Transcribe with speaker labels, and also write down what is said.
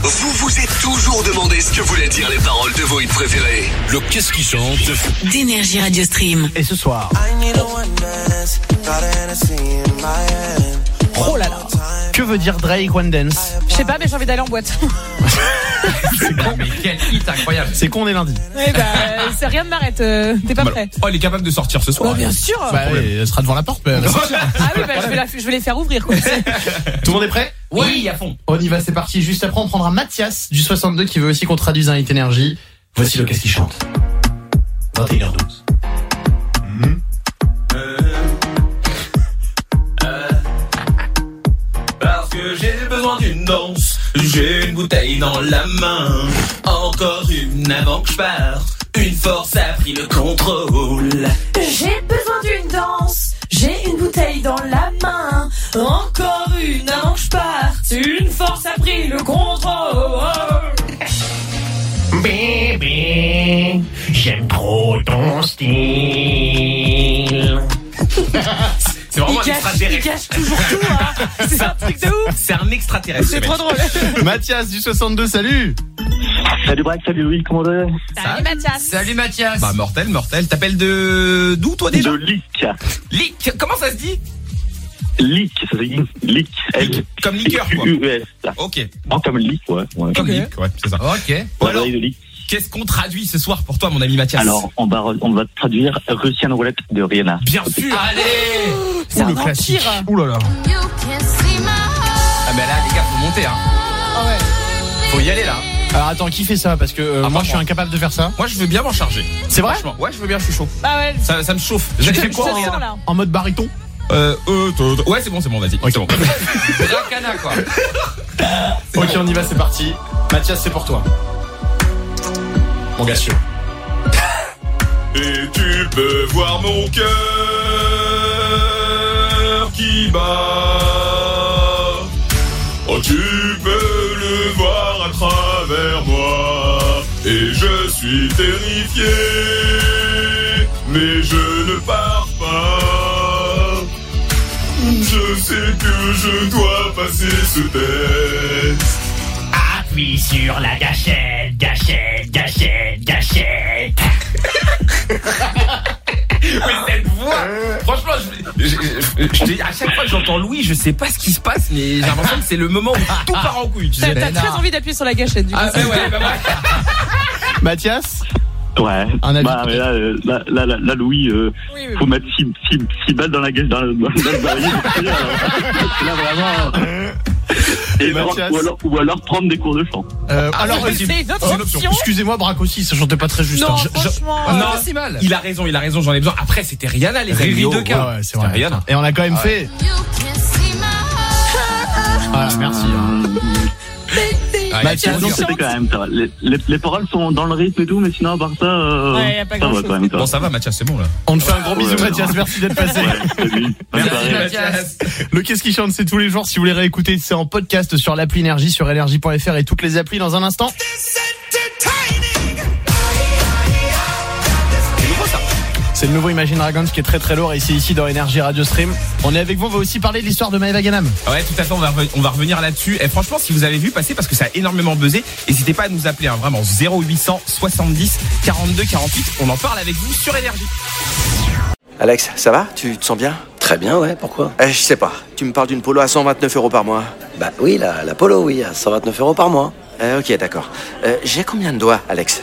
Speaker 1: Vous vous êtes toujours demandé ce que voulaient dire les paroles de vos hits préférés.
Speaker 2: Le qu'est-ce qui chante
Speaker 3: d'énergie Radio Stream.
Speaker 4: Et ce soir,
Speaker 5: I need a one dance, got an Hennessy in my hand.
Speaker 4: oh là là, que veut dire Drake One Dance
Speaker 6: Je sais pas, mais j'ai envie d'aller en boîte.
Speaker 7: Mais quel hit incroyable
Speaker 4: C'est qu'on est lundi.
Speaker 6: Eh bah, c'est rien ne m'arrête. euh, T'es pas prêt
Speaker 7: Oh, elle est capable de sortir ce soir.
Speaker 6: Bien sûr.
Speaker 4: Bah, allez, elle sera devant la porte. mais elle va sortir.
Speaker 6: Ah oui, bah, je, vais la- je vais les faire ouvrir. Quoi.
Speaker 4: Tout le monde est prêt
Speaker 7: Oui, à fond.
Speaker 4: On y va, c'est parti. Juste après, on prendra Mathias du 62 qui veut aussi qu'on traduise un hit énergie. Voici le qu'est-ce qui chante. 21h12.
Speaker 7: Parce que j'ai besoin d'une danse. J'ai une bouteille dans la main. Encore une avant que je parte. Une force a pris le contrôle.
Speaker 8: J'ai besoin d'une danse, j'ai une bouteille dans la main, encore une avant que je parte, une force a pris le contrôle.
Speaker 9: Bébé, j'aime trop ton style.
Speaker 7: C'est vraiment un extraterrestre.
Speaker 6: cache toujours tout, hein. C'est un truc de ouf.
Speaker 7: C'est un extraterrestre. ce
Speaker 6: C'est
Speaker 7: mec.
Speaker 6: trop drôle.
Speaker 4: ben, Mathias du 62, salut
Speaker 9: Salut Braque, salut Louis, comment allez-vous
Speaker 6: Salut Mathias.
Speaker 7: Salut Mathias. Bah mortel, mortel. T'appelles de d'où toi déjà
Speaker 9: De Lick.
Speaker 7: Lick. Comment ça se dit
Speaker 9: Lick, ça se dit Lick. L
Speaker 7: Comme liqueur quoi.
Speaker 9: U-E-S. là.
Speaker 7: Ok.
Speaker 9: Non, comme Lick, ouais. ouais.
Speaker 7: Comme
Speaker 6: Ok.
Speaker 7: Lick, ouais, c'est ça. Ok.
Speaker 9: Ouais,
Speaker 7: Alors,
Speaker 9: de Lick.
Speaker 7: qu'est-ce qu'on traduit ce soir pour toi, mon ami Mathias
Speaker 9: Alors, on va, re- on va traduire Russian Roulette de Rihanna.
Speaker 7: Bien sûr. Allez.
Speaker 6: C'est
Speaker 4: Ouh,
Speaker 6: un
Speaker 4: le classique.
Speaker 6: empire.
Speaker 4: Ouh là là.
Speaker 7: Ah mais là les gars faut monter hein. Faut y aller là.
Speaker 4: Alors attends, qui fait ça Parce que euh,
Speaker 7: Ah,
Speaker 4: moi
Speaker 7: moi,
Speaker 4: je suis
Speaker 7: moi.
Speaker 4: incapable de faire ça.
Speaker 7: Moi je veux bien m'en charger.
Speaker 4: C'est vrai
Speaker 7: Franchement. Ouais je veux bien je suis chaud.
Speaker 6: Ah ouais.
Speaker 7: Ça, ça me chauffe.
Speaker 6: Je
Speaker 7: J'ai
Speaker 6: te-
Speaker 7: fait
Speaker 6: je te
Speaker 7: quoi
Speaker 6: sens,
Speaker 7: Rihanna
Speaker 6: là.
Speaker 4: En mode baryton
Speaker 7: Euh, euh, t- t- ouais c'est bon c'est bon vas-y. C'est bon. Rakana quoi.
Speaker 4: Ok, on y va, c'est parti. Mathias, c'est pour toi. Mon gars sûr.
Speaker 7: Et tu peux voir mon cœur qui bat. Oh, tu peux le voir à travers moi. Et je suis terrifié, mais je ne pars pas. Je sais que je dois passer ce test.
Speaker 9: Appuie sur la gâchette, gâchette, gâchette, gâchette.
Speaker 7: cette voix Franchement, je, je- je- je te dis, à chaque fois que j'entends Louis, je sais pas ce qui se passe, mais j'ai l'impression que c'est le moment où tout part en couille. Tu
Speaker 6: T'as t'as
Speaker 7: sais.
Speaker 6: très envie d'appuyer sur la gâchette du coup.
Speaker 7: Ah bah ouais, bah ouais.
Speaker 4: Mathias
Speaker 9: Ouais.
Speaker 4: Un avis.
Speaker 9: Bah, mais là, euh, là, là, là, là, Louis, euh,
Speaker 6: Oui, oui.
Speaker 9: faut mettre 6 six, six balles dans la gueule, dans, la- dans, dans le baril. hein. là, vraiment. euh, Et
Speaker 4: Et
Speaker 9: alors-
Speaker 4: Mathias
Speaker 9: ou, alors, ou alors prendre des cours de chant.
Speaker 4: Euh, Alors,
Speaker 6: c'est-
Speaker 4: vas-y.
Speaker 6: c'est une autre
Speaker 4: C'est
Speaker 6: option.
Speaker 4: Excusez-moi, Braque aussi, ça chantait pas très juste.
Speaker 6: Non,
Speaker 4: hein. Je- je-
Speaker 6: franchement.
Speaker 7: Non,
Speaker 6: euh,
Speaker 7: c'est mal. Il a raison, il a raison, j'en ai besoin. Après, c'était Rihanna, les Riri
Speaker 4: Rio,
Speaker 7: de
Speaker 4: ouais,
Speaker 7: cas.
Speaker 4: ouais, c'est vrai.
Speaker 7: C'était Rihanna.
Speaker 4: Et on a quand même fait. Voilà, merci. hein.
Speaker 7: Ouais,
Speaker 4: Mathias,
Speaker 7: bon,
Speaker 9: Non,
Speaker 7: c'est-
Speaker 9: c'était quand même, ça va. Les, les, les paroles sont dans le rythme et tout, mais sinon, à part ça, euh,
Speaker 6: Ouais, y a pas
Speaker 9: ça va
Speaker 6: grand-chose.
Speaker 9: quand même. ça va.
Speaker 7: Bon, ça va, Mathias, c'est bon là.
Speaker 4: On te fait un gros bisou,
Speaker 9: Ouais, ouais,
Speaker 4: Mathias.
Speaker 9: non.
Speaker 4: Merci d'être passé.
Speaker 9: Ouais, salut. Bonne soirée.
Speaker 7: Mathias.
Speaker 4: Le Qu'est-ce qui chante, c'est tous les jours. Si vous voulez réécouter, c'est en podcast sur l'appli Énergie, sur énergie.fr et toutes les applis dans un instant.
Speaker 7: C'est nouveau ça.
Speaker 4: C'est le nouveau Imagine Dragons qui est très très lourd et c'est ici dans Énergie Radio Stream. On est avec vous, on va aussi parler de l'histoire de Maëva Ganam.
Speaker 7: Ouais, tout à fait, on va, reven- on va revenir là-dessus. Et franchement, si vous avez vu passer, parce que ça a énormément buzzé, n'hésitez pas à nous appeler, hein, vraiment 0800 70 42 48. On en parle avec vous sur Énergie.
Speaker 10: Alex, ça va Tu te sens bien
Speaker 1: Très bien, ouais, pourquoi
Speaker 10: Eh, Je sais pas. Tu me parles d'une polo à 129 euros par mois.
Speaker 1: Bah oui, la, la polo, oui, à 129 euros par mois.
Speaker 10: Euh, ok, d'accord. Euh, J'ai combien de doigts, Alex